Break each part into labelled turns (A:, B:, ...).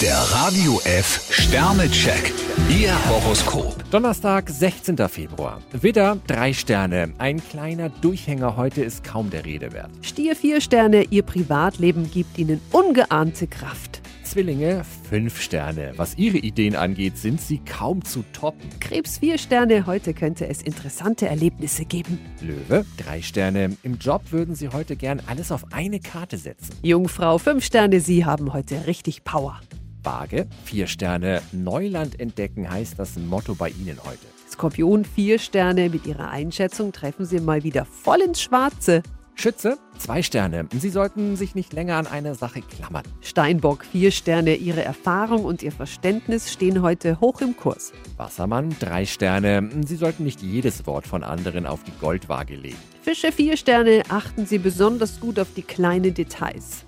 A: Der Radio F Sternecheck. Ihr Horoskop.
B: Donnerstag, 16. Februar. Widder, drei Sterne. Ein kleiner Durchhänger heute ist kaum der Rede wert.
C: Stier vier Sterne, Ihr Privatleben gibt Ihnen ungeahnte Kraft.
B: Zwillinge, fünf Sterne. Was ihre Ideen angeht, sind sie kaum zu toppen.
C: Krebs vier Sterne, heute könnte es interessante Erlebnisse geben.
B: Löwe, drei Sterne. Im Job würden sie heute gern alles auf eine Karte setzen.
C: Jungfrau fünf Sterne, Sie haben heute richtig Power.
B: Waage, vier Sterne. Neuland entdecken heißt das Motto bei ihnen heute.
C: Skorpion vier Sterne, mit Ihrer Einschätzung treffen Sie mal wieder voll ins Schwarze.
B: Schütze, zwei Sterne. Sie sollten sich nicht länger an eine Sache klammern.
C: Steinbock vier Sterne, Ihre Erfahrung und Ihr Verständnis stehen heute hoch im Kurs.
B: Wassermann, drei Sterne. Sie sollten nicht jedes Wort von anderen auf die Goldwaage legen.
C: Fische vier Sterne, achten Sie besonders gut auf die kleinen Details.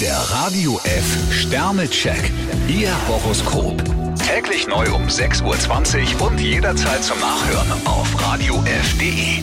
A: Der Radio F Sternecheck. Ihr Horoskop. Täglich neu um 6.20 Uhr und jederzeit zum Nachhören auf Radio E. radiof.de.